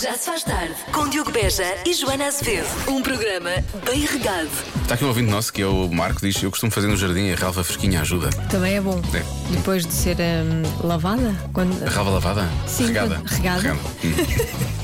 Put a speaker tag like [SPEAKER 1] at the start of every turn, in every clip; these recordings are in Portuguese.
[SPEAKER 1] Já se faz tarde com Diogo Beja e Joana Azevedo. Um programa bem regado.
[SPEAKER 2] Está aqui um ouvinte nosso que é o Marco, diz: Eu costumo fazer no jardim a ralva fresquinha ajuda.
[SPEAKER 3] Também é bom.
[SPEAKER 2] É.
[SPEAKER 3] Depois de ser hum, lavada? Quando...
[SPEAKER 2] A ralva lavada?
[SPEAKER 3] Sim,
[SPEAKER 2] regada.
[SPEAKER 3] quando- regada.
[SPEAKER 2] Hum.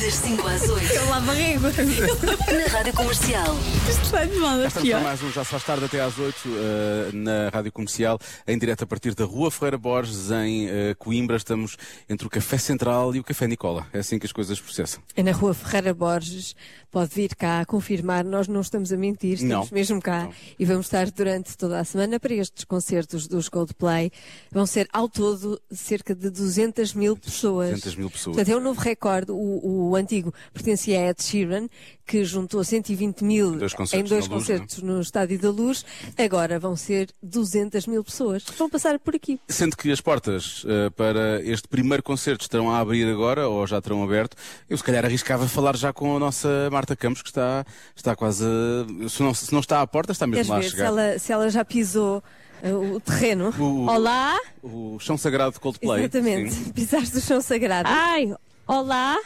[SPEAKER 1] Das 5 às 8
[SPEAKER 3] Eu lavo a régua.
[SPEAKER 1] na Rádio Comercial.
[SPEAKER 3] é Isto vai de mal a
[SPEAKER 4] Estamos para
[SPEAKER 3] pior.
[SPEAKER 4] mais um Já Se Faz Tarde até às 8 eh, na Rádio Comercial, em direto a partir da Rua Ferreira Borges, em eh, Coimbra. Estamos entre o Café Central e o Café Nicola. É assim que as coisas processam.
[SPEAKER 3] É na rua Ferreira Borges. Pode vir cá confirmar. Nós não estamos a mentir.
[SPEAKER 4] Não.
[SPEAKER 3] Estamos mesmo cá. E vamos estar durante toda a semana para estes concertos dos Coldplay. Vão ser, ao todo, cerca de 200 mil pessoas.
[SPEAKER 4] 200 mil pessoas.
[SPEAKER 3] Portanto, é um novo recorde. O, o antigo pertencia a Ed Sheeran, que juntou 120 mil
[SPEAKER 4] Dois concertos
[SPEAKER 3] em dois
[SPEAKER 4] na Luz, é?
[SPEAKER 3] concertos no Estádio da Luz. Agora vão ser 200 mil pessoas. que Vão passar por aqui.
[SPEAKER 4] Sendo que as portas eh, para este primeiro concerto estarão a abrir agora, ou já terão aberto, eu se calhar arriscava falar já com a nossa Marta Campos, que está, está quase. eh, Se não, se não está à porta, está mesmo
[SPEAKER 3] Queres
[SPEAKER 4] lá a
[SPEAKER 3] ver se
[SPEAKER 4] chegar.
[SPEAKER 3] ela, se ela já pisou eh, o terreno?
[SPEAKER 4] O-
[SPEAKER 3] Olá!
[SPEAKER 4] O chão sagrado de Coldplay.
[SPEAKER 3] Exatamente,
[SPEAKER 4] Sim. Ah!
[SPEAKER 3] pisaste o chão sagrado.
[SPEAKER 5] Ai, olá,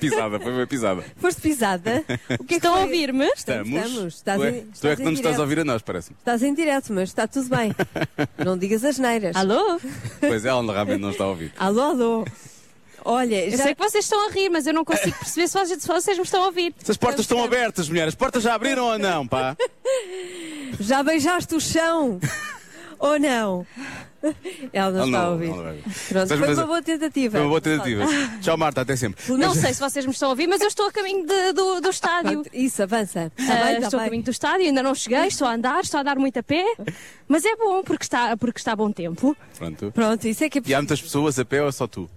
[SPEAKER 4] Pisada, foi bem pisada.
[SPEAKER 3] Foste pisada. O que é que
[SPEAKER 5] estão
[SPEAKER 3] foi?
[SPEAKER 5] a ouvir-me?
[SPEAKER 3] Estamos, estamos. Estás
[SPEAKER 4] tu é,
[SPEAKER 3] em-
[SPEAKER 4] tu
[SPEAKER 3] estás
[SPEAKER 4] é que não
[SPEAKER 3] em
[SPEAKER 4] nos estás
[SPEAKER 3] direto.
[SPEAKER 4] a ouvir a nós, parece-me.
[SPEAKER 3] Estás em direto, mas está tudo bem. Não digas as neiras.
[SPEAKER 5] Alô?
[SPEAKER 4] Pois é, ela realmente não está a ouvir.
[SPEAKER 3] alô. alô. Olha,
[SPEAKER 5] Eu
[SPEAKER 3] já
[SPEAKER 5] sei que vocês estão a rir, mas eu não consigo perceber se vocês, se vocês me estão a ouvir.
[SPEAKER 4] Se as portas estão abertas, mulher, as portas já abriram ou não, pá?
[SPEAKER 3] Já beijaste o chão? Ou não? Ela não
[SPEAKER 4] Ela
[SPEAKER 3] está
[SPEAKER 4] não-
[SPEAKER 3] a ouvir.
[SPEAKER 4] ela não vai ouvir. Sabes,
[SPEAKER 3] Pronto, foi
[SPEAKER 4] mas-
[SPEAKER 3] uma boa tentativa.
[SPEAKER 4] Foi uma boa tentativa. Tchau, Marta, até sempre.
[SPEAKER 5] Não sei se vocês me estão a ouvir, mas eu estou a caminho de- do, do estádio.
[SPEAKER 3] Pronto, Isso, avança. Está
[SPEAKER 5] Ah,
[SPEAKER 3] Tá bem, está
[SPEAKER 5] estou a
[SPEAKER 3] bem.
[SPEAKER 5] caminho do estádio, ainda não cheguei, estou a andar, estou a dar muito a pé, mas é bom porque está, porque está bom tempo.
[SPEAKER 4] Pronto.
[SPEAKER 3] Pronto, isso é que é
[SPEAKER 4] E há muitas pessoas a pé ou é só tu?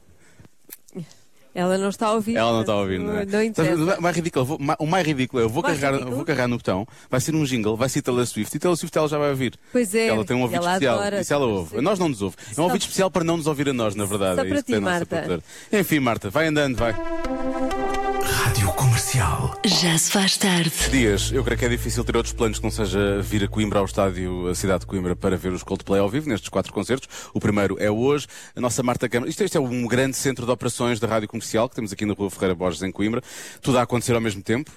[SPEAKER 3] Ela não está a ouvir.
[SPEAKER 4] Ela não está a
[SPEAKER 3] portanto,
[SPEAKER 4] ouvir, não é?
[SPEAKER 3] Não
[SPEAKER 4] Sabes,
[SPEAKER 3] interessa.
[SPEAKER 4] o mais ridículo, eu vou- ma- o mais ridículo é eu vou
[SPEAKER 3] Mais
[SPEAKER 4] carregar,
[SPEAKER 3] ridículo?
[SPEAKER 4] vou carregar no botão, vai ser um jingle, vai ser Taylor Swift e Taylor Swift ela já vai ouvir.
[SPEAKER 3] Pois é,
[SPEAKER 4] Ela tem um ouvido
[SPEAKER 3] ela
[SPEAKER 4] especial.
[SPEAKER 3] adora
[SPEAKER 4] Isso ela
[SPEAKER 3] Taylor
[SPEAKER 4] ouve.
[SPEAKER 3] Swift.
[SPEAKER 4] A nós não nos ouve. É um ouvido especial para não nos ouvir a nós, na verdade.
[SPEAKER 3] Só
[SPEAKER 4] É
[SPEAKER 3] para
[SPEAKER 4] isso que tem
[SPEAKER 3] ti,
[SPEAKER 4] a nossa
[SPEAKER 3] Marta.
[SPEAKER 4] produtora. Enfim, Marta, vai andando, vai.
[SPEAKER 6] Rádio Comercial.
[SPEAKER 1] Já se faz tarde.
[SPEAKER 4] Dias, eu creio que é difícil ter outros planos que não seja vir a Coimbra ao estádio, a cidade de Coimbra, para ver os Coldplay ao vivo, nestes quatro concertos. O primeiro é hoje. A nossa Marta Câmara. Isto, isto é um grande centro de operações da rádio comercial que temos aqui na Rua Ferreira Borges, em Coimbra. Tudo a acontecer ao mesmo tempo.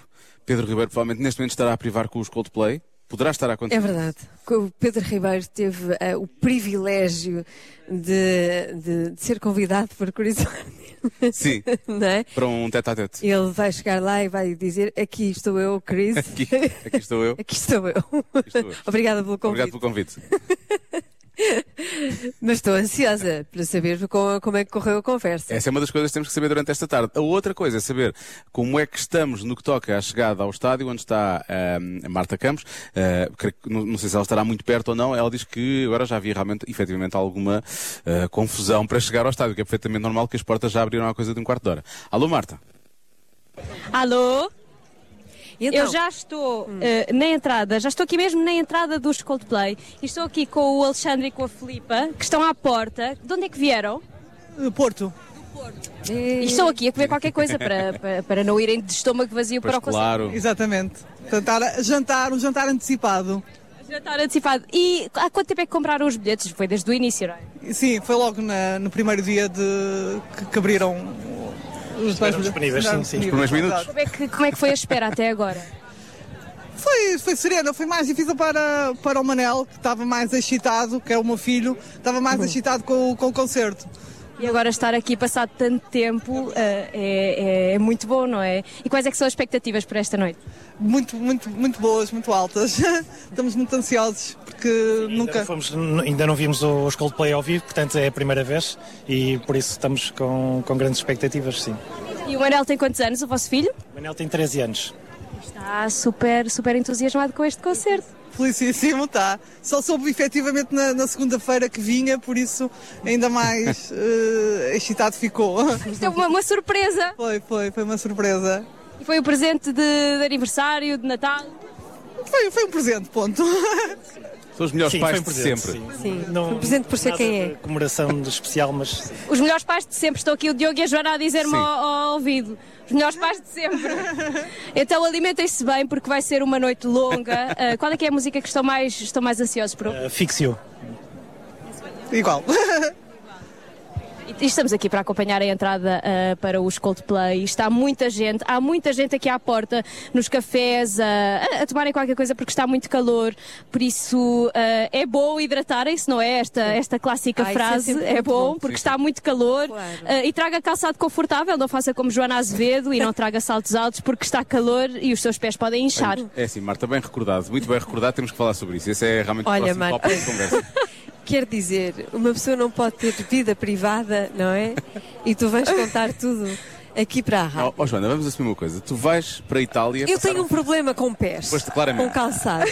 [SPEAKER 4] Pedro Ribeiro provavelmente neste momento estará a privar com os Coldplay. Poderá estar a acontecer.
[SPEAKER 3] É verdade. que O Pedro Ribeiro teve eh, o privilégio de, de- de ser convidado por Chris Martin.
[SPEAKER 4] Sim.
[SPEAKER 3] Não é?
[SPEAKER 4] Para um tete a tete.
[SPEAKER 3] Ele vai chegar lá e vai dizer: Aqui estou eu, Chris.
[SPEAKER 4] Aqui, aqui estou eu.
[SPEAKER 3] Aqui estou eu.
[SPEAKER 4] estou eu.
[SPEAKER 3] Obrigada pelo É convite.
[SPEAKER 4] Obrigado pelo convite.
[SPEAKER 3] Mas estou ansiosa para saber como, como é que correu a conversa.
[SPEAKER 4] Essa é uma das coisas que temos que saber durante esta tarde. A outra coisa é saber como é que estamos no que toca à chegada ao estádio, onde está ahm, a Marta Campos. Ah, creio que- não, não sei se ela estará muito perto ou não. Ela diz que agora já havia realmente, efetivamente, alguma ah, confusão para chegar ao estádio, que é perfeitamente normal que as portas já abriram há coisa de um quarto de hora. Alô, Marta?
[SPEAKER 5] Alô?
[SPEAKER 3] E então,
[SPEAKER 5] Eu já estou eh, na entrada, já estou aqui mesmo na entrada dos Coldplay e estou aqui com o Alexandre e com a Filipa, que estão à porta. De onde é que vieram?
[SPEAKER 7] Eh, Porto.
[SPEAKER 5] E estão aqui a comer qualquer coisa para, para, para não irem de estômago vazio para o
[SPEAKER 4] pois
[SPEAKER 5] concerto.
[SPEAKER 4] claro.
[SPEAKER 7] Exatamente. Jantar, jantar, um jantar antecipado.
[SPEAKER 5] Jantar antecipado. E há quanto tempo é que compraram os bilhetes? Foi desde o início, não é?
[SPEAKER 7] E Sim, foi logo na- no primeiro dia de que, que abriram os dois
[SPEAKER 6] disponíveis,
[SPEAKER 7] estiveram
[SPEAKER 6] sim, sim.
[SPEAKER 4] Os
[SPEAKER 7] disponíveis,
[SPEAKER 4] primeiros minutos.
[SPEAKER 7] exato.
[SPEAKER 5] Como é que, como é que foi a espera até agora?
[SPEAKER 7] Foi, foi serena, foi mais difícil para, para o Manel, que estava mais excitado, que é o meu filho, estava mais
[SPEAKER 4] Uhum.
[SPEAKER 7] excitado com, o- com o concerto.
[SPEAKER 5] E agora estar aqui passado tanto tempo eh, é, é- é muito bom, não é? E quais é que são as expectativas para esta noite?
[SPEAKER 7] Muito, muito, muito boas, muito altas. Estamos muito ansiosos, porque
[SPEAKER 6] Ainda não,
[SPEAKER 7] nunca.
[SPEAKER 6] fomos- n- ainda não vimos os Coldplay ao vivo, portanto é a primeira vez e por isso estamos com, com grandes expectativas, sim.
[SPEAKER 5] E o Manel tem quantos anos, o vosso filho?
[SPEAKER 6] O Manel tem 13 anos.
[SPEAKER 5] Está super, super entusiasmado com este concerto.
[SPEAKER 7] Felicíssimo, tá. Só soube efetivamente na, na segunda-feira que vinha, por isso ainda mais eh, excitado ficou.
[SPEAKER 5] Isto é uma, uma surpresa.
[SPEAKER 7] Foi, foi, foi uma surpresa.
[SPEAKER 5] E foi o presente de, de aniversário, de Natal.
[SPEAKER 7] Foi, foi um presente, ponto.
[SPEAKER 4] São os melhores
[SPEAKER 6] Sim,
[SPEAKER 4] pais
[SPEAKER 6] foi um
[SPEAKER 4] de
[SPEAKER 6] presente,
[SPEAKER 4] sempre.
[SPEAKER 6] Sim.
[SPEAKER 3] Sim, foi um presente por ser
[SPEAKER 6] nada
[SPEAKER 3] quem é.
[SPEAKER 6] de comemoração de especial, mas sim.
[SPEAKER 5] Os melhores pais de sempre. Estou aqui o Diogo e a Joana a dizer-me
[SPEAKER 4] Sim.
[SPEAKER 5] ao, ao ouvido. Os melhores pais de sempre. Então alimentem-se bem porque vai ser uma noite longa. Ah, qual é que é a música que estão mais,
[SPEAKER 6] eh,
[SPEAKER 5] estão mais ansiosos por ouvir?
[SPEAKER 6] Uh, Fixio.
[SPEAKER 7] Igual.
[SPEAKER 5] E E estamos aqui para acompanhar a entrada ah, para os Coldplay. Está muita gente, há muita gente aqui à porta, nos cafés, ah, a, a tomarem qualquer coisa porque está muito calor. Por isso ah, é bom hidratarem-se, não é? Esta, esta clássica
[SPEAKER 3] Ah, isso é
[SPEAKER 5] frase
[SPEAKER 3] sempre
[SPEAKER 5] é,
[SPEAKER 3] muito
[SPEAKER 5] bom
[SPEAKER 3] bom.
[SPEAKER 5] porque está muito calor.
[SPEAKER 3] Claro.
[SPEAKER 5] Ah, e traga calçado confortável, não faça como Joana Azevedo e não traga saltos altos porque está calor e os seus pés podem inchar.
[SPEAKER 4] É assim, Marta, bem recordado, muito bem recordado, temos que falar sobre isso. Esse é realmente
[SPEAKER 3] Olha,
[SPEAKER 4] o próximo
[SPEAKER 3] Marta.
[SPEAKER 4] tópico de conversa.
[SPEAKER 3] Quer dizer, uma pessoa não pode ter vida privada, não é? E tu vais contar tudo aqui para a rádio.
[SPEAKER 4] Ó, ó, Joana, vamos assumir uma coisa. Tu vais para a Itália.
[SPEAKER 3] Eu
[SPEAKER 4] é passar
[SPEAKER 3] tenho um problema com pés,
[SPEAKER 4] Pois, claramente.
[SPEAKER 3] com calçado.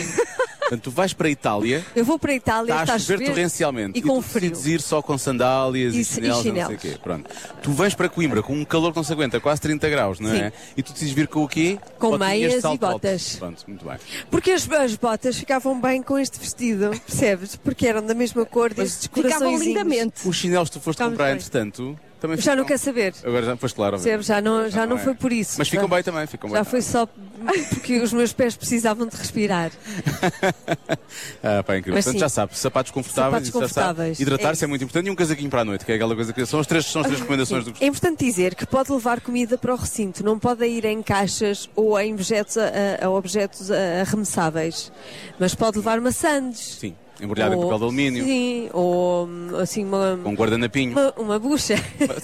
[SPEAKER 4] Portanto, tu vais para a Itália,
[SPEAKER 3] Eu vou para a Itália,
[SPEAKER 4] está a chover torrencialmente.
[SPEAKER 3] e com
[SPEAKER 4] tu
[SPEAKER 3] frio.
[SPEAKER 4] decides ir só com sandálias e,
[SPEAKER 3] E- e
[SPEAKER 4] chinelos, e não sei o
[SPEAKER 3] chinelos.
[SPEAKER 4] quê. Pronto. Tu vais para Coimbra com um calor que não se aguenta, quase 30 graus, não é? E tu decides vir com o quê?
[SPEAKER 3] Com
[SPEAKER 4] Botinhas de
[SPEAKER 3] meias e
[SPEAKER 4] salto alto.
[SPEAKER 3] botas.
[SPEAKER 4] Pronto, muito bem.
[SPEAKER 3] Porque as, as botas ficavam bem com este vestido, percebes? Porque eram da mesma cor destes
[SPEAKER 5] Ficavam
[SPEAKER 3] corações.
[SPEAKER 5] lindamente.
[SPEAKER 4] Os chinelos que tu foste
[SPEAKER 3] Estamos
[SPEAKER 4] comprar,
[SPEAKER 3] Tá bem.
[SPEAKER 4] entretanto, também
[SPEAKER 3] Já não
[SPEAKER 4] ficam-
[SPEAKER 3] quer saber.
[SPEAKER 4] Agora já, pois claro.
[SPEAKER 3] Percebes? Já não, já não
[SPEAKER 4] é.
[SPEAKER 3] foi por isso.
[SPEAKER 4] Mas
[SPEAKER 3] Já-
[SPEAKER 4] ficam bem também, ficam bem.
[SPEAKER 3] Já foi só porque os meus pés precisavam de respirar.
[SPEAKER 4] Ah, pá, incrível.
[SPEAKER 3] Mas
[SPEAKER 4] Portanto,
[SPEAKER 3] sim.
[SPEAKER 4] já sabe, sapatos confortáveis,
[SPEAKER 3] Sapatos
[SPEAKER 4] isso já sabe.
[SPEAKER 3] confortáveis,
[SPEAKER 4] hidratar-se
[SPEAKER 3] é
[SPEAKER 4] é, muito importante e um casaquinho para a noite, que é aquela coisa que são as três, são as três recomendações do
[SPEAKER 3] É importante dizer que pode levar comida para o recinto, não pode ir em caixas ou em objetos, a, a objetos a- arremessáveis, mas pode levar maçãs.
[SPEAKER 4] Sim, embrulhado em
[SPEAKER 3] Ou-
[SPEAKER 4] papel de alumínio,
[SPEAKER 3] Oh, Sim, ou hum, assim uma,
[SPEAKER 4] com um guardanapinho,
[SPEAKER 3] uma, uma bucha.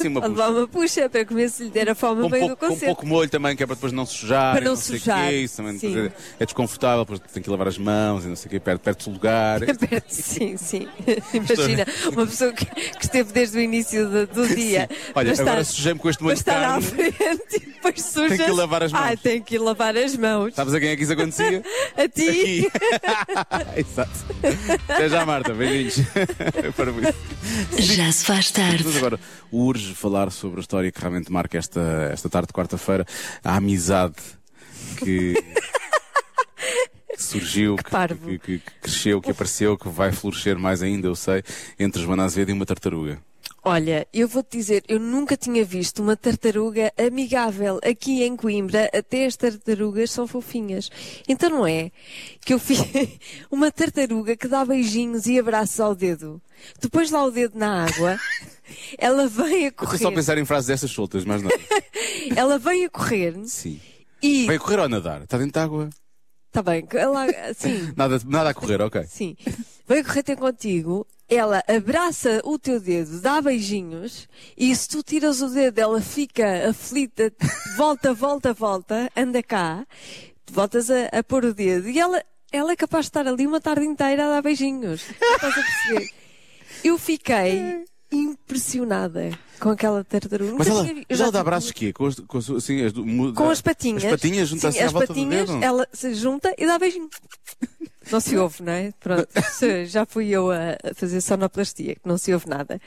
[SPEAKER 4] Sim, uma
[SPEAKER 3] Pode
[SPEAKER 4] bucha.
[SPEAKER 3] levar uma bucha para comer se lhe der a fome
[SPEAKER 4] com
[SPEAKER 3] no meio do
[SPEAKER 4] pouco, com
[SPEAKER 3] concerto.
[SPEAKER 4] pouco molho também, que é para depois não sujar.
[SPEAKER 3] Para
[SPEAKER 4] e
[SPEAKER 3] não
[SPEAKER 4] sei o
[SPEAKER 3] sujar,
[SPEAKER 4] quê, isso também
[SPEAKER 3] sim.
[SPEAKER 4] depois é, é desconfortável, depois tem que lavar as mãos e não sei o quê, perto, perto do lugar.
[SPEAKER 3] Perto, Sim, sim. Imagina, uma pessoa que, que esteve desde o início do, do dia.
[SPEAKER 4] Olha,
[SPEAKER 3] Para
[SPEAKER 4] agora
[SPEAKER 3] estar-
[SPEAKER 4] sujei-me com este
[SPEAKER 3] para
[SPEAKER 4] molho de
[SPEAKER 3] estar à
[SPEAKER 4] carne.
[SPEAKER 3] frente e depois sujas.
[SPEAKER 4] que lavar as mãos.
[SPEAKER 3] Ai, tem que ir lavar as mãos.
[SPEAKER 4] Sabes a quem é que isso acontecia?
[SPEAKER 3] A ti.
[SPEAKER 4] Aqui. Exato. Até já, Marta. Beijinhos. para isso.
[SPEAKER 1] Já se faz tarde.
[SPEAKER 4] Mas agora urge falar sobre a história que realmente marca esta, esta tarde de quarta-feira, a amizade que. que Surgiu, que,
[SPEAKER 3] parvo.
[SPEAKER 4] que- que- que cresceu, que apareceu, que vai florescer mais ainda, eu sei, entre Joana Azevedo e uma tartaruga.
[SPEAKER 3] Olha, eu vou-te dizer, eu nunca tinha visto uma tartaruga amigável aqui em Coimbra. Até as tartarugas são fofinhas. Então não é que eu fiz uma tartaruga que dá beijinhos e abraços ao dedo. Tu pões lá o dedo na água, ela vem a
[SPEAKER 4] Eu Estou é só a
[SPEAKER 3] correr.
[SPEAKER 4] pensar em frases dessas soltas, mas não.
[SPEAKER 3] Ela vem a correr
[SPEAKER 4] Sim.
[SPEAKER 3] e.
[SPEAKER 4] Vai correr ou nadar? Está dentro de água?
[SPEAKER 3] Tá bem, ela. Sim.
[SPEAKER 4] Nada, nada a correr, ok.
[SPEAKER 3] Sim. Veio correr ter contigo, ela abraça o teu dedo, dá beijinhos, e se tu tiras o dedo, ela fica aflita, volta, volta, volta, anda cá, tu voltas a, a pôr o dedo, e ela, ela é capaz de estar ali uma tarde inteira a dar beijinhos. Estás a perceber? Eu fiquei impressionada com aquela tartaruga.
[SPEAKER 4] Mas
[SPEAKER 3] Nunca
[SPEAKER 4] ela,
[SPEAKER 3] tinha vi- eu
[SPEAKER 4] mas ela dá
[SPEAKER 3] tive-
[SPEAKER 4] abraços quê? Com, as- com, as- assim, as, do-
[SPEAKER 3] com as patinhas.
[SPEAKER 4] As patinhas juntam-se
[SPEAKER 3] Sim,
[SPEAKER 4] à
[SPEAKER 3] as
[SPEAKER 4] volta
[SPEAKER 3] patinhas,
[SPEAKER 4] do dedo?
[SPEAKER 3] ela se junta e dá beijinho. Não se ouve, não é? Pronto, se- já fui eu a a fazer sonoplastia, que não se ouve nada.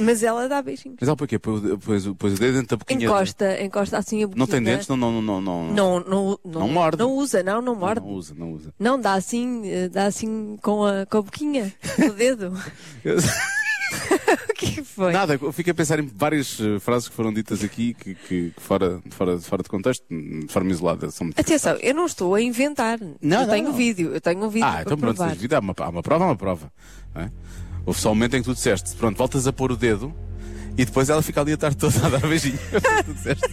[SPEAKER 3] Mas ela dá beijinho.
[SPEAKER 4] Mas ela põe o quê? Põe o- põe o põe o dedo dentro da boquinha.
[SPEAKER 3] Encosta, encosta assim a boquinha.
[SPEAKER 4] Não tem dentes? Não, não, não. Não,
[SPEAKER 3] Não, não, não,
[SPEAKER 4] Não morde.
[SPEAKER 3] Não usa, não, não morde.
[SPEAKER 4] não usa, não usa.
[SPEAKER 3] Não, dá assim, eh, dá assim com a, com a boquinha, com o dedo. O que foi?
[SPEAKER 4] Nada, eu fiquei a pensar em várias eh, frases que foram ditas aqui que, que- que fora, fora, fora de contexto, de forma isolada, são muito.
[SPEAKER 3] Atenção, eu não estou a inventar.
[SPEAKER 4] Não, não,
[SPEAKER 3] eu tenho
[SPEAKER 4] não.
[SPEAKER 3] vídeo, eu tenho um vídeo
[SPEAKER 4] Ah,
[SPEAKER 3] para
[SPEAKER 4] então pronto,
[SPEAKER 3] provar.
[SPEAKER 4] tens vida, há uma, há uma prova, há uma prova. não é? Houve só um momento em que tu disseste, pronto, voltas a pôr o dedo e depois ela fica ali a tarde toda a dar beijinho. Tu disseste.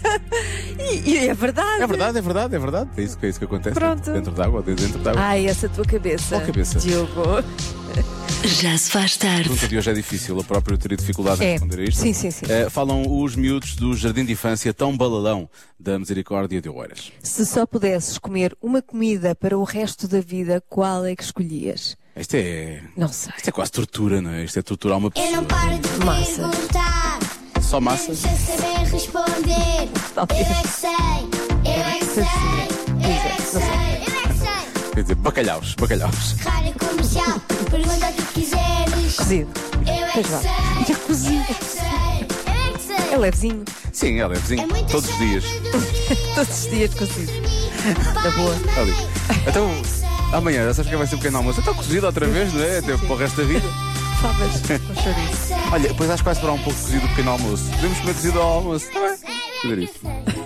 [SPEAKER 3] E, e é verdade.
[SPEAKER 4] é verdade, é verdade, é verdade. É isso, que- é isso que acontece.
[SPEAKER 3] Pronto. Ah.
[SPEAKER 4] Dentro da água, o dedo dentro da água.
[SPEAKER 3] Ai, essa tua cabeça.
[SPEAKER 4] Qual cabeça?
[SPEAKER 3] Diogo.
[SPEAKER 1] Já se faz
[SPEAKER 4] A
[SPEAKER 1] tarde.
[SPEAKER 4] pergunta de hoje é difícil, a própria eu teria dificuldade em
[SPEAKER 3] É.
[SPEAKER 4] responder a isto.
[SPEAKER 3] Sim, sim, sim.
[SPEAKER 4] Eh, falam os miúdos do Jardim de Infância Tão Balalão da Misericórdia de Oeiras.
[SPEAKER 3] Se só pudesses comer uma comida para o resto da vida, qual é que escolhias?
[SPEAKER 4] Isto é.
[SPEAKER 3] Não sei.
[SPEAKER 4] Isto é quase tortura, não é? Isto é torturar uma
[SPEAKER 8] Eu
[SPEAKER 4] pessoa.
[SPEAKER 8] não paro de
[SPEAKER 3] Massa.
[SPEAKER 8] perguntar.
[SPEAKER 4] Só massa.
[SPEAKER 8] Mesmo sem saber responder. Eu é que sei. Eu é que sei. Eu é que sei. Eu é que sei.
[SPEAKER 4] Quer dizer, bacalhaus, bacalhaus.
[SPEAKER 8] Rádio comercial. Pergunta o que quiseres.
[SPEAKER 3] Cozido.
[SPEAKER 8] Eu é que
[SPEAKER 3] Pois vá.
[SPEAKER 8] sei.
[SPEAKER 3] Já cozi.
[SPEAKER 8] Eu é que sei. Eu é que
[SPEAKER 3] É
[SPEAKER 8] sei.
[SPEAKER 3] levezinho.
[SPEAKER 4] Sim, é levezinho.
[SPEAKER 8] É muita
[SPEAKER 4] Todos os dias.
[SPEAKER 8] sabedoria.
[SPEAKER 3] Todos os dias cozido.
[SPEAKER 8] Pai,
[SPEAKER 3] boa. Tá
[SPEAKER 8] mãe,
[SPEAKER 4] Ali. Então,
[SPEAKER 8] eu é que sei.
[SPEAKER 4] amanhã, já sabes que vai ser um pequeno almoço. Está cozido outra vez, não é? Até para o resto da vida.
[SPEAKER 3] Favas com
[SPEAKER 8] Eu é
[SPEAKER 3] chouriço.
[SPEAKER 8] que sei.
[SPEAKER 4] Olha, depois acho que vai sobrar um pouco de cozido do pequeno almoço. Podemos comer cozido ao almoço. Está
[SPEAKER 8] É,
[SPEAKER 4] bem. Fazer isso.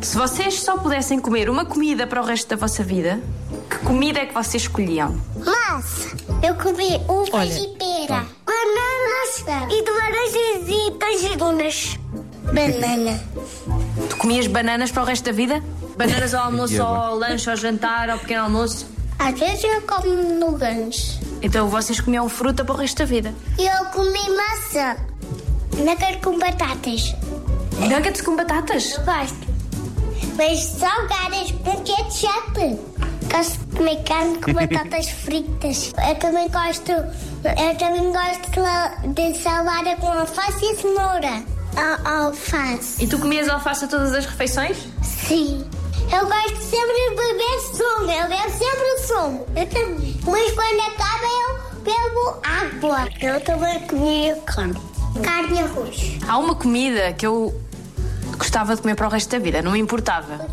[SPEAKER 9] Se vocês só pudessem comer uma comida para o resto da vossa vida, que comida é que vocês escolhiam?
[SPEAKER 8] Mas eu comi uva
[SPEAKER 3] Olha.
[SPEAKER 8] de pera, bananas festa. E de laranjas e tangerinas. Banana.
[SPEAKER 9] Tu comias bananas para o resto da vida? Bananas ao almoço, ao lanche, ao jantar, ao pequeno almoço?
[SPEAKER 8] Às vezes eu como no gancho.
[SPEAKER 9] Então vocês comiam fruta para o resto da vida?
[SPEAKER 8] Eu comi maçã. Naquele com batatas.
[SPEAKER 9] Nuggets com batatas?
[SPEAKER 8] Eu gosto. Mas salgadas com ketchup. Gosto de comer carne com batatas fritas. Eu também gosto. Eu também gosto de salada com alface e cenoura. Al- alface.
[SPEAKER 9] E tu comias alface a todas as refeições?
[SPEAKER 8] Sim. Eu gosto sempre de beber sumo. Eu bebo sempre sumo. Eu também. Mas quando acaba, eu bebo água. Eu também comi carne. Carne e arroz.
[SPEAKER 9] Há uma comida que eu gostava de comer para o resto da vida, não me importava.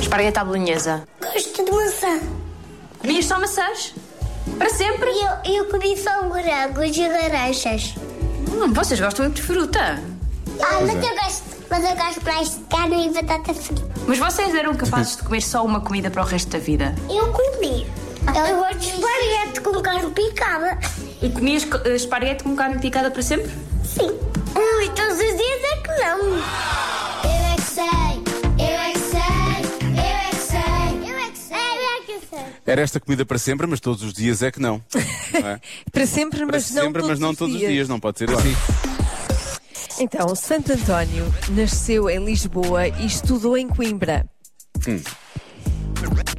[SPEAKER 9] Espargueta à bolonhesa.
[SPEAKER 8] Gosto de maçã.
[SPEAKER 9] Comias só maçãs? Para sempre?
[SPEAKER 8] E eu, eu comi só morangos e laranjas.
[SPEAKER 9] Hum, vocês gostam muito de fruta.
[SPEAKER 8] Ah, mas eu gosto. Mas eu gosto mais de carne e batata frita.
[SPEAKER 9] Mas vocês eram capazes de comer só uma comida para o resto da vida?
[SPEAKER 8] Eu comi. Eu gosto de esparguete com carne picada.
[SPEAKER 9] E comias co- eh, esparguete com carne picada para sempre?
[SPEAKER 8] Sim. Muitos os dias é que não. Eu é que sei, eu é que sei, eu é que sei, eu é que sei, eu é que sei.
[SPEAKER 4] Era esta comida para sempre, mas todos os dias é que não. não é?
[SPEAKER 3] Para sempre,
[SPEAKER 4] Para
[SPEAKER 3] mas não
[SPEAKER 4] sempre,
[SPEAKER 3] todos
[SPEAKER 4] mas não
[SPEAKER 3] os
[SPEAKER 4] todos
[SPEAKER 3] dias.
[SPEAKER 4] os dias, não pode ser assim.
[SPEAKER 3] Então, Santo António nasceu em Lisboa e estudou em Coimbra.
[SPEAKER 4] Hum.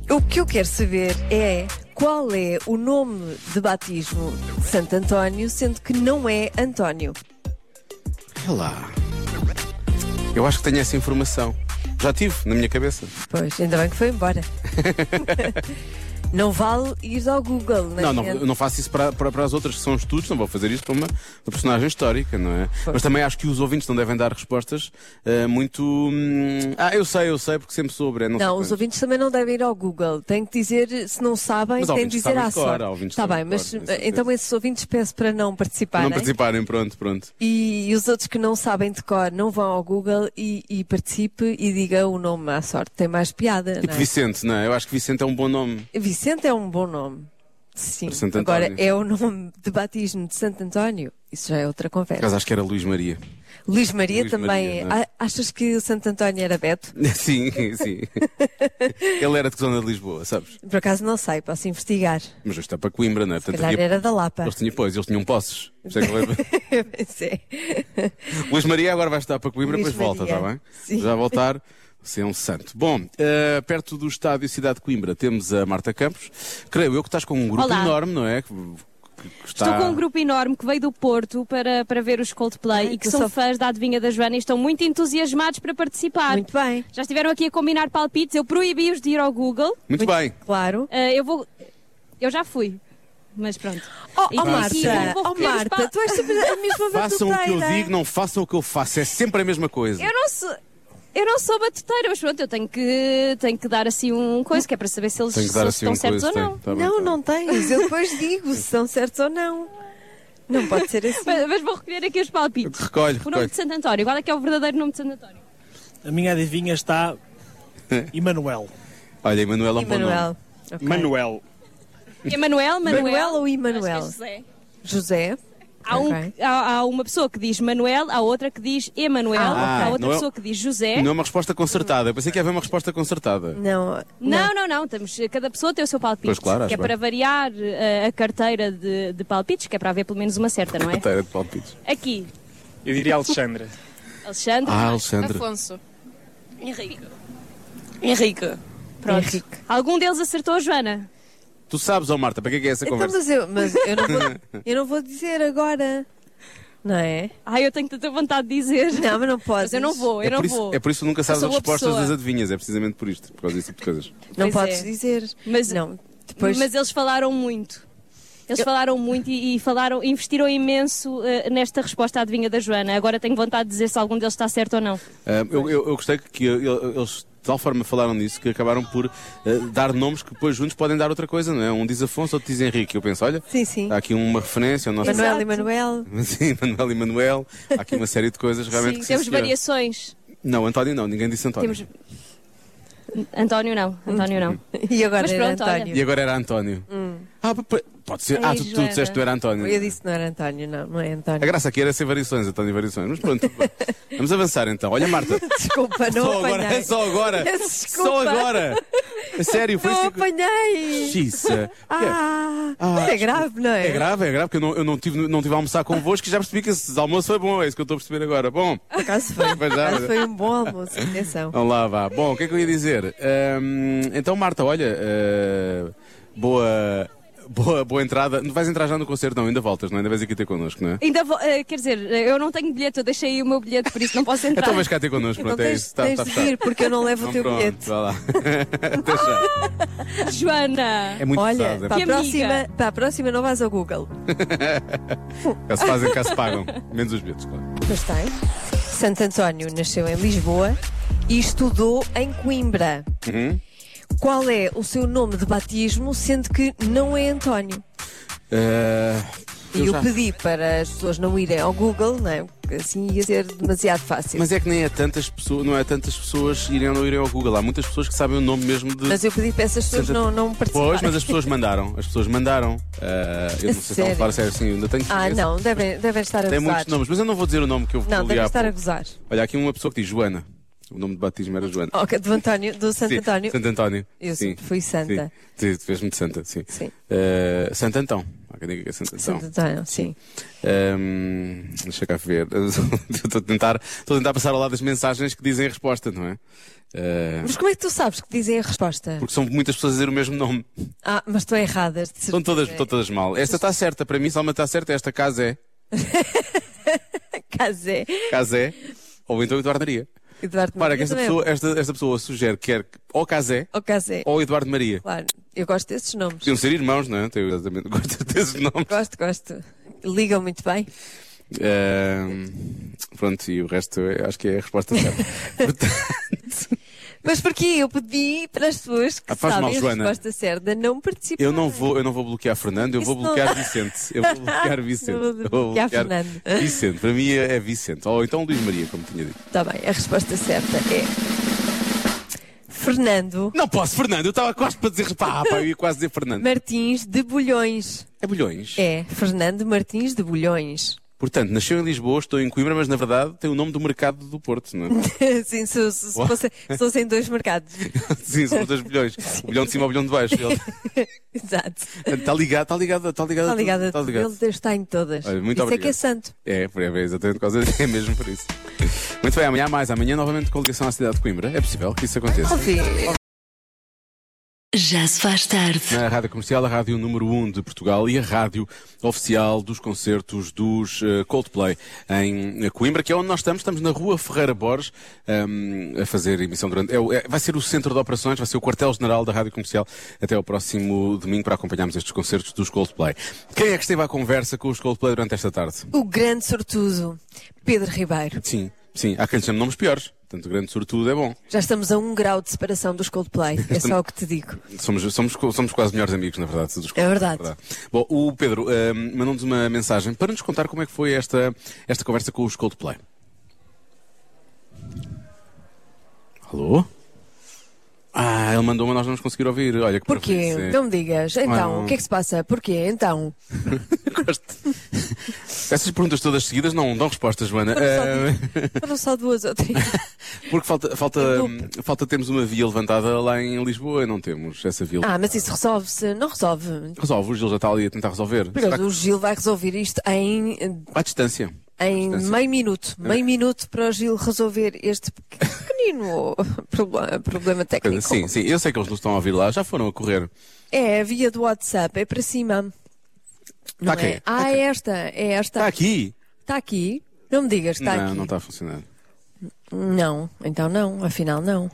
[SPEAKER 3] O que eu quero saber é qual é o nome de batismo de Santo António, sendo que não é António.
[SPEAKER 4] É lá. Eu acho que tenho essa informação. Já tive na minha cabeça.
[SPEAKER 3] Pois, ainda bem que foi embora. não vale ir ao Google, né?
[SPEAKER 4] Não, não, eu não faço isso para, para, para as outras que são estudos, não vou fazer isso para uma, uma personagem histórica, não é? Mas também acho que os ouvintes não devem dar respostas eh, muito. hum, ah, eu sei, eu sei, porque sempre soube. é, Não, sei
[SPEAKER 3] Não, os
[SPEAKER 4] quantos.
[SPEAKER 3] ouvintes também não devem ir ao Google. Têm que dizer, se não sabem,
[SPEAKER 4] Mas há
[SPEAKER 3] têm que
[SPEAKER 4] ouvintes que
[SPEAKER 3] dizer
[SPEAKER 4] sabem
[SPEAKER 3] à
[SPEAKER 4] de cor, há
[SPEAKER 3] sorte.
[SPEAKER 4] ouvintes que
[SPEAKER 3] Está
[SPEAKER 4] sabem
[SPEAKER 3] bem,
[SPEAKER 4] de
[SPEAKER 3] mas
[SPEAKER 4] cor, com certeza.
[SPEAKER 3] então esses ouvintes peço para não participarem.
[SPEAKER 4] Não participarem, pronto, pronto.
[SPEAKER 3] E, e os outros que não sabem de cor não vão ao Google e, e participe e diga o nome à sorte. Tem mais piada,
[SPEAKER 4] Tipo
[SPEAKER 3] não é?
[SPEAKER 4] Vicente, não é? Eu acho que Vicente é um bom nome.
[SPEAKER 3] Vicente é um bom nome. Sim.
[SPEAKER 4] Santo
[SPEAKER 3] Agora,
[SPEAKER 4] António.
[SPEAKER 3] é o nome de batismo de Santo António? Isso já é outra
[SPEAKER 4] Por
[SPEAKER 3] conversa.
[SPEAKER 4] acaso acho que era Luís Maria.
[SPEAKER 3] Luís Maria
[SPEAKER 4] Luís
[SPEAKER 3] também.
[SPEAKER 4] Maria, não é?
[SPEAKER 3] A- Achas que o Santo António era Beto?
[SPEAKER 4] sim, sim. Ele era de que zona de Lisboa, sabes?
[SPEAKER 3] Por acaso não sei, posso investigar.
[SPEAKER 4] Mas hoje está para Coimbra, não é?
[SPEAKER 3] Se
[SPEAKER 4] Portanto,
[SPEAKER 3] calhar
[SPEAKER 4] havia-
[SPEAKER 3] era da Lapa.
[SPEAKER 4] Eles tinham, pois, eles tinham posses. Por isso é que eu-
[SPEAKER 3] Pois é.
[SPEAKER 4] Luís Maria agora vai estar para Coimbra,
[SPEAKER 3] Luís
[SPEAKER 4] depois volta,
[SPEAKER 3] Maria.
[SPEAKER 4] está bem?
[SPEAKER 3] Sim.
[SPEAKER 4] Já voltar, você é um santo. Bom, eh, perto do estádio Cidade de Coimbra temos a Marta Campos. Creio eu que estás com um grupo
[SPEAKER 5] Olá.
[SPEAKER 4] enorme, não é? Que, que- que está...
[SPEAKER 5] Estou com um grupo enorme que veio do Porto para, para ver os Coldplay
[SPEAKER 3] Ai,
[SPEAKER 5] e que
[SPEAKER 3] tu
[SPEAKER 5] são
[SPEAKER 3] só-
[SPEAKER 5] fãs da Adivinha da Joana e estão muito entusiasmados para participar.
[SPEAKER 3] Muito bem.
[SPEAKER 5] Já estiveram aqui a combinar palpites, eu proibi-os de ir ao Google.
[SPEAKER 4] Muito bem.
[SPEAKER 3] Claro.
[SPEAKER 5] Ah, eu vou. Eu já fui, mas pronto.
[SPEAKER 3] Oh,
[SPEAKER 5] E
[SPEAKER 3] oh,
[SPEAKER 5] vou aqui-
[SPEAKER 3] Marta,
[SPEAKER 5] vou
[SPEAKER 3] oh,
[SPEAKER 5] recolher os
[SPEAKER 3] Marta,
[SPEAKER 5] pal-
[SPEAKER 3] tu és sempre a mesma
[SPEAKER 4] Façam o que eu
[SPEAKER 3] batuteira.
[SPEAKER 4] digo, não façam o que eu faço. É sempre a mesma coisa.
[SPEAKER 5] Eu não sou. Eu não sou batuteira, mas pronto, eu tenho que, tenho que dar assim um coisa, que é para saber se eles,
[SPEAKER 4] Tenho que
[SPEAKER 5] se
[SPEAKER 4] dar
[SPEAKER 5] eles
[SPEAKER 4] assim
[SPEAKER 5] estão
[SPEAKER 4] um
[SPEAKER 5] certos
[SPEAKER 4] coisa.
[SPEAKER 5] ou não.
[SPEAKER 4] tenho- tá bem,
[SPEAKER 3] Não,
[SPEAKER 4] tá bem.
[SPEAKER 3] não tens. Eu depois digo se estão certos ou não. Não pode ser assim.
[SPEAKER 5] Mas, mas vou recolher aqui os palpites.
[SPEAKER 4] Recolhe,
[SPEAKER 5] O nome
[SPEAKER 4] recolhe.
[SPEAKER 5] de Santo António, qual é que é o verdadeiro nome de Santo António?
[SPEAKER 6] A minha adivinha está.
[SPEAKER 4] É.
[SPEAKER 6] Emanuel.
[SPEAKER 4] Olha, Emanuel é um bom nome.
[SPEAKER 3] Emanuel. Ok.
[SPEAKER 6] Manuel.
[SPEAKER 5] Emanuel, Manuel.
[SPEAKER 3] Manuel ou
[SPEAKER 5] Acho que
[SPEAKER 3] Emanuel?
[SPEAKER 5] é José.
[SPEAKER 3] José.
[SPEAKER 5] Há, um-
[SPEAKER 3] Ok.
[SPEAKER 5] há- há uma pessoa que diz Manuel, há outra que diz Emanuel,
[SPEAKER 4] Ah,
[SPEAKER 5] há
[SPEAKER 4] ok.
[SPEAKER 5] outra
[SPEAKER 4] Não é-
[SPEAKER 5] pessoa que diz José.
[SPEAKER 4] Não é
[SPEAKER 5] Não,
[SPEAKER 4] uma resposta concertada. Eu pensei que ia haver uma resposta concertada.
[SPEAKER 3] Não.
[SPEAKER 5] não, não. Temos, cada pessoa tem o seu palpite.
[SPEAKER 4] Pois claro, acho
[SPEAKER 5] que é
[SPEAKER 4] bem.
[SPEAKER 5] para variar eh, a carteira de, de palpites, que é para haver pelo menos uma certa, não é?
[SPEAKER 4] Carteira de palpites.
[SPEAKER 5] Aqui,
[SPEAKER 6] Eu diria Alexandra.
[SPEAKER 5] Alexandre.
[SPEAKER 4] Ah, Alexandre.
[SPEAKER 10] Afonso. Henrique. Henrique.
[SPEAKER 5] Pronto.
[SPEAKER 3] Henrique.
[SPEAKER 5] Algum deles acertou, Joana?
[SPEAKER 4] Tu sabes, ó Marta, para que é, que é essa
[SPEAKER 3] Então,
[SPEAKER 4] conversa?
[SPEAKER 3] mas eu, mas eu, não vou, eu não vou dizer agora. Não é?
[SPEAKER 5] Ai, eu tenho tanta vontade de dizer.
[SPEAKER 3] Não, mas não podes.
[SPEAKER 5] Mas eu não vou, eu
[SPEAKER 4] é,
[SPEAKER 5] não
[SPEAKER 4] por isso,
[SPEAKER 5] vou.
[SPEAKER 4] é por isso que nunca sabes
[SPEAKER 5] sou
[SPEAKER 4] as
[SPEAKER 5] boa
[SPEAKER 4] respostas
[SPEAKER 5] pessoa.
[SPEAKER 4] das adivinhas. É precisamente por isto, por causa desse tipo de coisas.
[SPEAKER 3] Não
[SPEAKER 5] Pois
[SPEAKER 3] podes
[SPEAKER 5] é.
[SPEAKER 3] dizer.
[SPEAKER 5] Mas-
[SPEAKER 3] não. Depois.
[SPEAKER 5] Mas eles falaram muito. Eles falaram muito e, e falaram, investiram imenso eh, nesta resposta à adivinha da Joana. Agora tenho vontade de dizer se algum deles está certo ou não.
[SPEAKER 4] Ah, eu, eu- eu gostei que, que eu- eu- eles de tal forma falaram nisso que acabaram por ah, dar nomes que depois juntos podem dar outra coisa, não é? Um diz Afonso, outro diz Henrique. Eu penso, olha,
[SPEAKER 3] Sim, sim.
[SPEAKER 4] há aqui uma referência ao nosso.
[SPEAKER 3] Manuel e é Manuel.
[SPEAKER 4] Sim, Manuel e Manuel. Há aqui uma série de coisas realmente
[SPEAKER 5] Sim,
[SPEAKER 4] que sim,
[SPEAKER 5] temos
[SPEAKER 4] senhora.
[SPEAKER 5] variações.
[SPEAKER 4] Não, António não, ninguém disse António.
[SPEAKER 5] Temos- António não, António não.
[SPEAKER 3] E agora
[SPEAKER 5] Mas
[SPEAKER 3] era
[SPEAKER 4] Hum.
[SPEAKER 5] pronto, olha.
[SPEAKER 3] António.
[SPEAKER 5] Hum.
[SPEAKER 4] E agora era António. Ah, p- p- pode ser. Ah,
[SPEAKER 3] Ai,
[SPEAKER 4] tu, tu
[SPEAKER 3] Joana.
[SPEAKER 4] disseste que tu era António.
[SPEAKER 3] Eu disse que não era António, não, não é
[SPEAKER 4] A
[SPEAKER 3] António.
[SPEAKER 4] graça aqui era ser variações, António Variações. Mas pronto, vamos avançar então. Olha, Marta,
[SPEAKER 3] Desculpa, não
[SPEAKER 4] só
[SPEAKER 3] apanhei.
[SPEAKER 4] agora, é só agora,
[SPEAKER 3] Peço desculpa.
[SPEAKER 4] só agora. A sério, foi
[SPEAKER 3] Não
[SPEAKER 4] isso que...
[SPEAKER 3] apanhei.
[SPEAKER 4] Xiça.
[SPEAKER 3] Ah, isso é grave, não é?
[SPEAKER 4] É grave, é grave, porque eu não, eu não tive, não tive a almoçar convosco e já percebi que esse almoço foi bom, é isso que eu estou a perceber agora. Bom,
[SPEAKER 3] Por acaso foi.
[SPEAKER 4] Pois é,
[SPEAKER 3] Por acaso
[SPEAKER 4] mas-
[SPEAKER 3] foi um bom almoço, atenção.
[SPEAKER 4] vamos lá, vá. Bom, o que é que eu ia dizer? Ahm, então, Marta, olha, ah, boa, boa, boa entrada. Não vais entrar já no concerto, não, ainda voltas, não? Ainda vais aqui ter connosco, não é?
[SPEAKER 5] Ainda vou, eh, quer dizer, eu não tenho bilhete, eu deixei o meu bilhete, por isso não posso entrar.
[SPEAKER 4] Então vais cá ter connosco,
[SPEAKER 3] Então
[SPEAKER 4] pronto, é
[SPEAKER 3] tens,
[SPEAKER 4] isso. Tá-
[SPEAKER 3] tens
[SPEAKER 4] tá
[SPEAKER 3] de
[SPEAKER 4] fechado.
[SPEAKER 3] vir, porque eu não levo o teu
[SPEAKER 4] Então pronto,
[SPEAKER 3] bilhete.
[SPEAKER 4] vá lá. Até já.
[SPEAKER 5] Joana!
[SPEAKER 4] É muito
[SPEAKER 3] Olha,
[SPEAKER 4] pesado, é
[SPEAKER 3] para a,
[SPEAKER 5] Que amiga.
[SPEAKER 3] próxima, para a próxima não vais ao Google. tá.
[SPEAKER 4] Cá se fazem, cá se pagam. Menos os bilhetes, claro.
[SPEAKER 3] Mas tem. Santo António nasceu em Lisboa e estudou em Coimbra.
[SPEAKER 4] Uhum.
[SPEAKER 3] Qual é o seu nome de batismo, sendo que não é António? E eu pedi para as pessoas não irem ao Google, não é? Porque assim ia ser demasiado fácil. Mas,
[SPEAKER 4] Mas é que nem é tantas pessoas, não é tantas pessoas irem ou não irem ao Google. Há muitas pessoas que sabem o nome mesmo de.
[SPEAKER 3] eu pedi para essas pessoas
[SPEAKER 4] Santo-
[SPEAKER 3] não, não participarem.
[SPEAKER 4] Pois, mas as pessoas mandaram. As pessoas mandaram. Ah, eu não sei se estão a falar sério assim, eu ainda tenho
[SPEAKER 3] Ah,
[SPEAKER 4] certeza.
[SPEAKER 3] não, devem, devem estar a
[SPEAKER 4] Tem
[SPEAKER 3] gozar.
[SPEAKER 4] muitos nomes, mas eu não vou dizer o nome que eu
[SPEAKER 3] Não,
[SPEAKER 4] vou ligar.
[SPEAKER 3] devem estar a gozar.
[SPEAKER 4] Olha, há aqui uma pessoa que diz Joana. O nome de batismo era Joana.
[SPEAKER 3] Ok, do António, do Oh, Santo
[SPEAKER 4] Sim,
[SPEAKER 3] António.
[SPEAKER 4] Santo António.
[SPEAKER 3] Eu
[SPEAKER 4] Sim,
[SPEAKER 3] sempre fui santa.
[SPEAKER 4] Sim, sim tu és muito santa, sim.
[SPEAKER 3] Sim.
[SPEAKER 4] Ah, Santo Antão. Há quem diga que é Santo Antão.
[SPEAKER 3] Santo António, sim.
[SPEAKER 4] Hum, deixa cá ver. Estou a, tentar, estou a tentar passar ao lado das mensagens que dizem a resposta, não é? Uh,
[SPEAKER 3] Mas como é que tu sabes que dizem a resposta?
[SPEAKER 4] porque são muitas pessoas a dizer o mesmo nome.
[SPEAKER 3] Ah, mas estão erradas. de
[SPEAKER 4] Estão todas,
[SPEAKER 3] certeza.
[SPEAKER 4] estão todas mal. Esta está certa, para mim, se uma está certa, esta casa é.
[SPEAKER 3] Casé.
[SPEAKER 4] Casa é. Ou então Eduardo Maria.
[SPEAKER 3] Eduardo
[SPEAKER 4] Para
[SPEAKER 3] Maria
[SPEAKER 4] que esta
[SPEAKER 3] também é
[SPEAKER 4] pessoa,
[SPEAKER 3] bom.
[SPEAKER 4] esta, esta pessoa sugere que quer que ou Casé
[SPEAKER 3] Ou Casé.
[SPEAKER 4] ou Eduardo Maria.
[SPEAKER 3] Claro, eu gosto desses nomes.
[SPEAKER 4] Podiam ser irmãos, não é? Eu exatamente gosto desses nomes.
[SPEAKER 3] Gosto, gosto. Ligam muito bem.
[SPEAKER 4] Hum, pronto, e o resto eu acho que é a resposta certa.
[SPEAKER 3] Mas porquê? Eu pedi para as pessoas que
[SPEAKER 4] Ah, faz
[SPEAKER 3] sabem
[SPEAKER 4] mal,
[SPEAKER 3] a
[SPEAKER 4] Joana.
[SPEAKER 3] resposta certa não participar.
[SPEAKER 4] Eu não vou, eu não vou bloquear Fernando, eu
[SPEAKER 3] Isso
[SPEAKER 4] vou
[SPEAKER 3] não
[SPEAKER 4] bloquear
[SPEAKER 3] dá.
[SPEAKER 4] Vicente. Eu vou bloquear Vicente.
[SPEAKER 3] Não vou
[SPEAKER 4] Eu
[SPEAKER 3] bloquear Fernando.
[SPEAKER 4] Vicente, para mim é é Vicente. Ou então Luís Maria, como tinha dito.
[SPEAKER 3] Está Tá bem, a resposta certa é... Fernando
[SPEAKER 4] Não posso, Fernando, eu estava quase para dizer. Pá, pá, eu ia quase dizer Fernando.
[SPEAKER 3] Martins de Bulhões.
[SPEAKER 4] É Bulhões.
[SPEAKER 3] É, Fernando Martins de Bulhões.
[SPEAKER 4] Portanto, nasceu em Lisboa, estou em Coimbra, mas na verdade tem o nome do mercado do Porto, não é?
[SPEAKER 3] Sim, se, se, se fosse- se fossem dois mercados.
[SPEAKER 4] Sim, são dois bilhões. O bilhão de cima, o bilhão de baixo. Ele-
[SPEAKER 3] Exato.
[SPEAKER 4] Está ligado, está ligado, está ligado. a tudo,
[SPEAKER 3] Está Tá ligado. a
[SPEAKER 4] Está
[SPEAKER 3] tudo.
[SPEAKER 4] Tá ligado.
[SPEAKER 3] Ele Deus está em todas.
[SPEAKER 4] Olha, muito
[SPEAKER 3] Isso é
[SPEAKER 4] obrigado.
[SPEAKER 3] que é santo.
[SPEAKER 4] É, por é exatamente por causa disso. É mesmo por isso. Muito bem, amanhã há mais. Amanhã novamente com ligação à cidade de Coimbra. É possível que isso aconteça.
[SPEAKER 1] Já se faz tarde.
[SPEAKER 4] Na Rádio Comercial, a rádio número 1 um de Portugal e a rádio oficial dos concertos dos eh, Coldplay em Coimbra, que é onde nós estamos. Estamos na Rua Ferreira Borges ehm, a fazer emissão durante... é o- é- vai ser o centro de operações, vai ser o quartel-general da Rádio Comercial até ao próximo domingo para acompanharmos estes concertos dos Coldplay. Quem é que esteve à conversa com os Coldplay durante esta tarde?
[SPEAKER 3] O grande sortudo, Pedro Ribeiro.
[SPEAKER 4] Sim, sim. Há quem lhe chame nomes piores. Portanto, grande sortudo é bom.
[SPEAKER 3] Já estamos a um grau de separação dos Coldplay. É só o que te digo.
[SPEAKER 4] Somos, somos, co- somos quase melhores amigos, na verdade. dos
[SPEAKER 3] É verdade.
[SPEAKER 4] Bom, o Pedro eh, mandou-nos uma mensagem para nos contar como é que foi esta, esta conversa com os Coldplay. Alô? Ah, ele mandou, mas nós não nos conseguir ouvir. Olha que
[SPEAKER 3] Porquê?
[SPEAKER 4] parvoíce.
[SPEAKER 3] Não me digas.
[SPEAKER 4] Ah.
[SPEAKER 3] Então, o que é que se passa? Porquê? Então,
[SPEAKER 4] Gosto. Essas perguntas todas seguidas não dão resposta, Joana. Eh,
[SPEAKER 3] foram só duas ou três.
[SPEAKER 4] porque falta, falta, hum, falta termos uma via levantada lá em Lisboa e não temos essa via.
[SPEAKER 3] Ah, mas isso resolve-se? Não resolve.
[SPEAKER 4] Resolve, o Gil já está ali a tentar resolver.
[SPEAKER 3] Porque
[SPEAKER 4] Será que-
[SPEAKER 3] o Gil vai resolver isto em,
[SPEAKER 4] À distância.
[SPEAKER 3] em
[SPEAKER 4] Distância. É.
[SPEAKER 3] meio minuto. Meio minuto para o Gil resolver este pequenino problema, problema técnico.
[SPEAKER 4] Sim, sim, eu sei que eles nos estão a ouvir lá, já foram a correr.
[SPEAKER 3] É a via do WhatsApp, é para cima.
[SPEAKER 4] Tá
[SPEAKER 3] Não
[SPEAKER 4] aqui,
[SPEAKER 3] é?
[SPEAKER 4] tá
[SPEAKER 3] Ah,
[SPEAKER 4] aqui.
[SPEAKER 3] é esta, é esta.
[SPEAKER 4] Está Tá aqui?
[SPEAKER 3] Está aqui? Não me digas, está
[SPEAKER 4] não,
[SPEAKER 3] aqui.
[SPEAKER 4] não tá está a funcionar.
[SPEAKER 3] Não, então não, afinal não.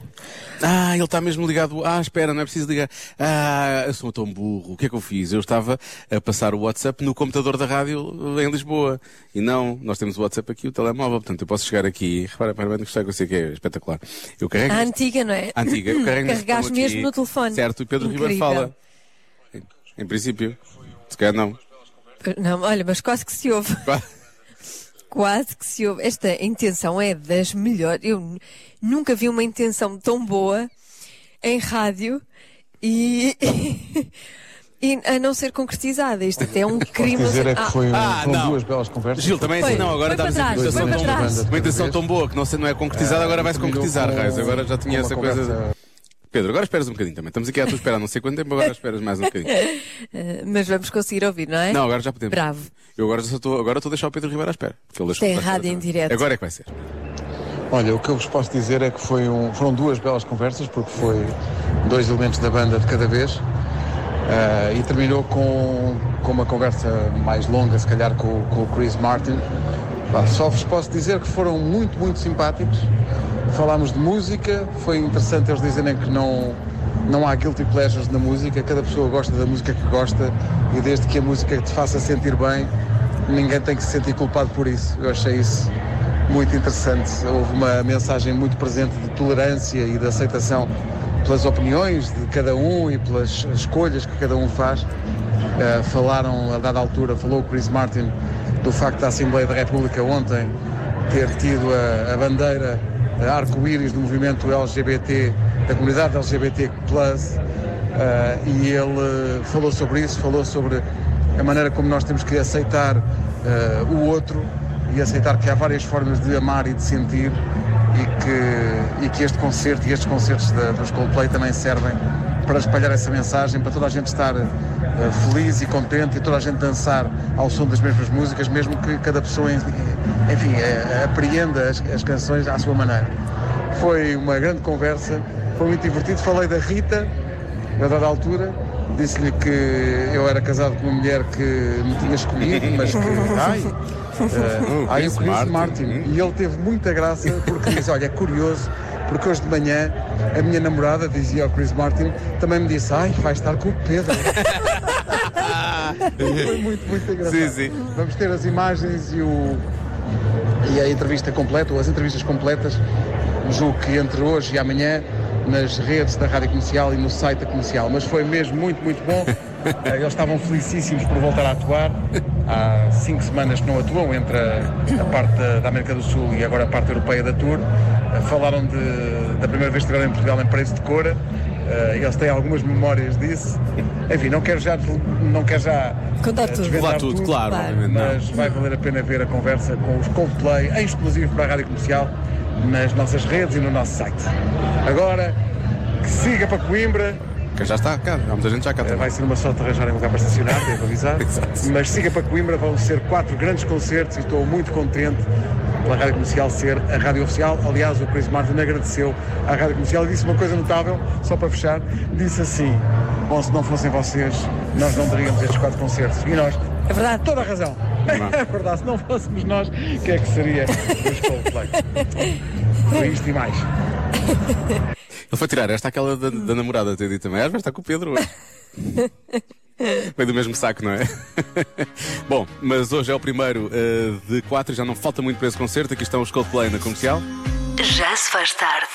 [SPEAKER 4] Ah, ele está mesmo ligado. Ah, espera, não é preciso ligar. Ah, eu sou tão burro. O que é que eu fiz? Eu estava a passar o WhatsApp no computador da rádio eh, em Lisboa. E não, nós temos o WhatsApp aqui, o telemóvel. Portanto, eu posso chegar aqui. Repara, repara bem no que está a acontecer, que é espetacular. Eu carrego.
[SPEAKER 3] A
[SPEAKER 4] neste-
[SPEAKER 3] antiga, não é?
[SPEAKER 4] a antiga, eu carrego neste
[SPEAKER 3] Carregaste
[SPEAKER 4] botão aqui.
[SPEAKER 3] mesmo no telefone.
[SPEAKER 4] Certo, e Pedro Ribeiro
[SPEAKER 3] Incrível.
[SPEAKER 4] fala. Em, em princípio. Se calhar não.
[SPEAKER 3] Não, olha, mas quase que se ouve. Quase que se ouve. Esta intenção é das melhores. Eu nu- nunca vi uma intenção tão boa em rádio e. e a não ser concretizada. Isto até é um crime.
[SPEAKER 11] dizer é que
[SPEAKER 3] Ah,
[SPEAKER 11] foi um-
[SPEAKER 4] Ah,
[SPEAKER 11] foram
[SPEAKER 4] não.
[SPEAKER 11] duas belas conversas.
[SPEAKER 4] Gil, também
[SPEAKER 3] Foi.
[SPEAKER 4] assim, não, agora
[SPEAKER 3] Foi para
[SPEAKER 4] dá-nos
[SPEAKER 3] trás,
[SPEAKER 4] uma intenção
[SPEAKER 3] foi para trás.
[SPEAKER 4] tão, uma intenção tão boa que não, se- não é concretizada, agora vai-se
[SPEAKER 11] terminou
[SPEAKER 4] concretizar,
[SPEAKER 11] com-
[SPEAKER 4] Raiz. Agora já tinha
[SPEAKER 11] com uma
[SPEAKER 4] essa coisa.
[SPEAKER 11] conversa-
[SPEAKER 4] Pedro, agora esperas um bocadinho também. Estamos aqui à tua espera há não sei quanto tempo, agora esperas mais um bocadinho.
[SPEAKER 3] eh, mas vamos conseguir ouvir, não é?
[SPEAKER 4] Não, agora já podemos.
[SPEAKER 3] Bravo.
[SPEAKER 4] Eu agora só estou agora estou a deixar o Pedro Ribeiro à espera. porque ele deixou-me
[SPEAKER 3] Tem
[SPEAKER 4] à espera
[SPEAKER 3] rádio em
[SPEAKER 4] também.
[SPEAKER 3] direto.
[SPEAKER 4] Agora é que vai ser.
[SPEAKER 11] Olha, o que eu vos posso dizer é que foi um- foram duas belas conversas, porque foi dois elementos da banda de cada vez. ah, e terminou com, com uma conversa mais longa, se calhar, com, o- com o Chris Martin. Pá, Só vos posso dizer que foram muito, muito simpáticos. Falámos de música, foi interessante eles dizerem que não, não há guilty pleasures na música, cada pessoa gosta da música que gosta e desde que a música te faça sentir bem, ninguém tem que se sentir culpado por isso. Eu achei isso muito interessante. Houve uma mensagem muito presente de tolerância e de aceitação pelas opiniões de cada um e pelas escolhas que cada um faz. Uh, falaram, a dada altura, falou o Chris Martin do facto da Assembleia da República ontem ter tido a, a bandeira a arco-íris do movimento LGBT, da comunidade LGBT+, Uh, e ele uh, falou sobre isso, falou sobre a maneira como nós temos que aceitar uh, o outro e aceitar que há várias formas de amar e de sentir e que, e que este concerto e estes concertos da, dos Coldplay também servem para espalhar essa mensagem, para toda a gente estar uh, feliz e contente e toda a gente dançar ao som das mesmas músicas, mesmo que cada pessoa, enfim, eh, apreenda as, as canções à sua maneira. Foi uma grande conversa, foi muito divertido. Falei da Rita, eu, a dada altura, disse-lhe que eu era casado com uma mulher que me tinha escolhido, mas que. Ai! eh, ai, o
[SPEAKER 4] Hum, Chris
[SPEAKER 11] Chris Martin.
[SPEAKER 4] Martin.
[SPEAKER 11] E ele teve muita graça porque disse: Olha, é curioso, porque hoje de manhã a minha namorada, dizia ao Chris Martin, também me disse: Ai, vai estar com o Pedro. Foi muito, muito engraçado.
[SPEAKER 4] Sim, sim.
[SPEAKER 11] Vamos ter as imagens e o, e a entrevista completa, ou as entrevistas completas, julgo que entre hoje e amanhã, nas redes da Rádio Comercial e no site da Comercial. Mas foi mesmo muito, muito bom. Eh, Eles estavam felicíssimos por voltar a atuar. Há cinco semanas que não atuam, entre a, a parte da, da América do Sul e agora a parte europeia da Tour. Eh, Falaram de- da primeira vez que estiveram em Portugal em Paredes de Cora. Eh, eles têm algumas memórias disso. Enfim, não quero já, desl- não quero já
[SPEAKER 3] Contar
[SPEAKER 11] eh,
[SPEAKER 3] tudo.
[SPEAKER 11] desvendar
[SPEAKER 4] Lá tudo, claro,
[SPEAKER 3] claro.
[SPEAKER 4] obviamente. não.
[SPEAKER 11] mas vai valer a pena ver a conversa com os Coldplay, em exclusivo para a Rádio Comercial, nas nossas redes e no nosso site. Agora, que siga para Coimbra,
[SPEAKER 4] Quem já está cá, há muita gente já cá
[SPEAKER 11] eh,
[SPEAKER 4] também.
[SPEAKER 11] vai ser uma sorte arranjar um lugar para estacionar, devo avisar, mas siga para Coimbra, vão ser quatro grandes concertos e estou muito contente pela Rádio Comercial ser a rádio oficial. Aliás, o Chris Martin agradeceu à Rádio Comercial e disse uma coisa notável, só para fechar, disse assim, bom, se não fossem vocês, nós não daríamos estes quatro concertos. E nós,
[SPEAKER 3] É verdade.
[SPEAKER 11] Toda a razão. É verdade, se não fôssemos nós, o que é que seria os Coldplay? Foi isto e mais.
[SPEAKER 4] Ele foi tirar esta àquela da, da namorada, ter dito também. Ah, vai estar com o Pedro hoje. Foi do mesmo saco, não é? Bom, mas hoje é o primeiro eh, de quatro e já não falta muito para esse concerto. Aqui estão os Coldplay na comercial.
[SPEAKER 1] Já se faz tarde.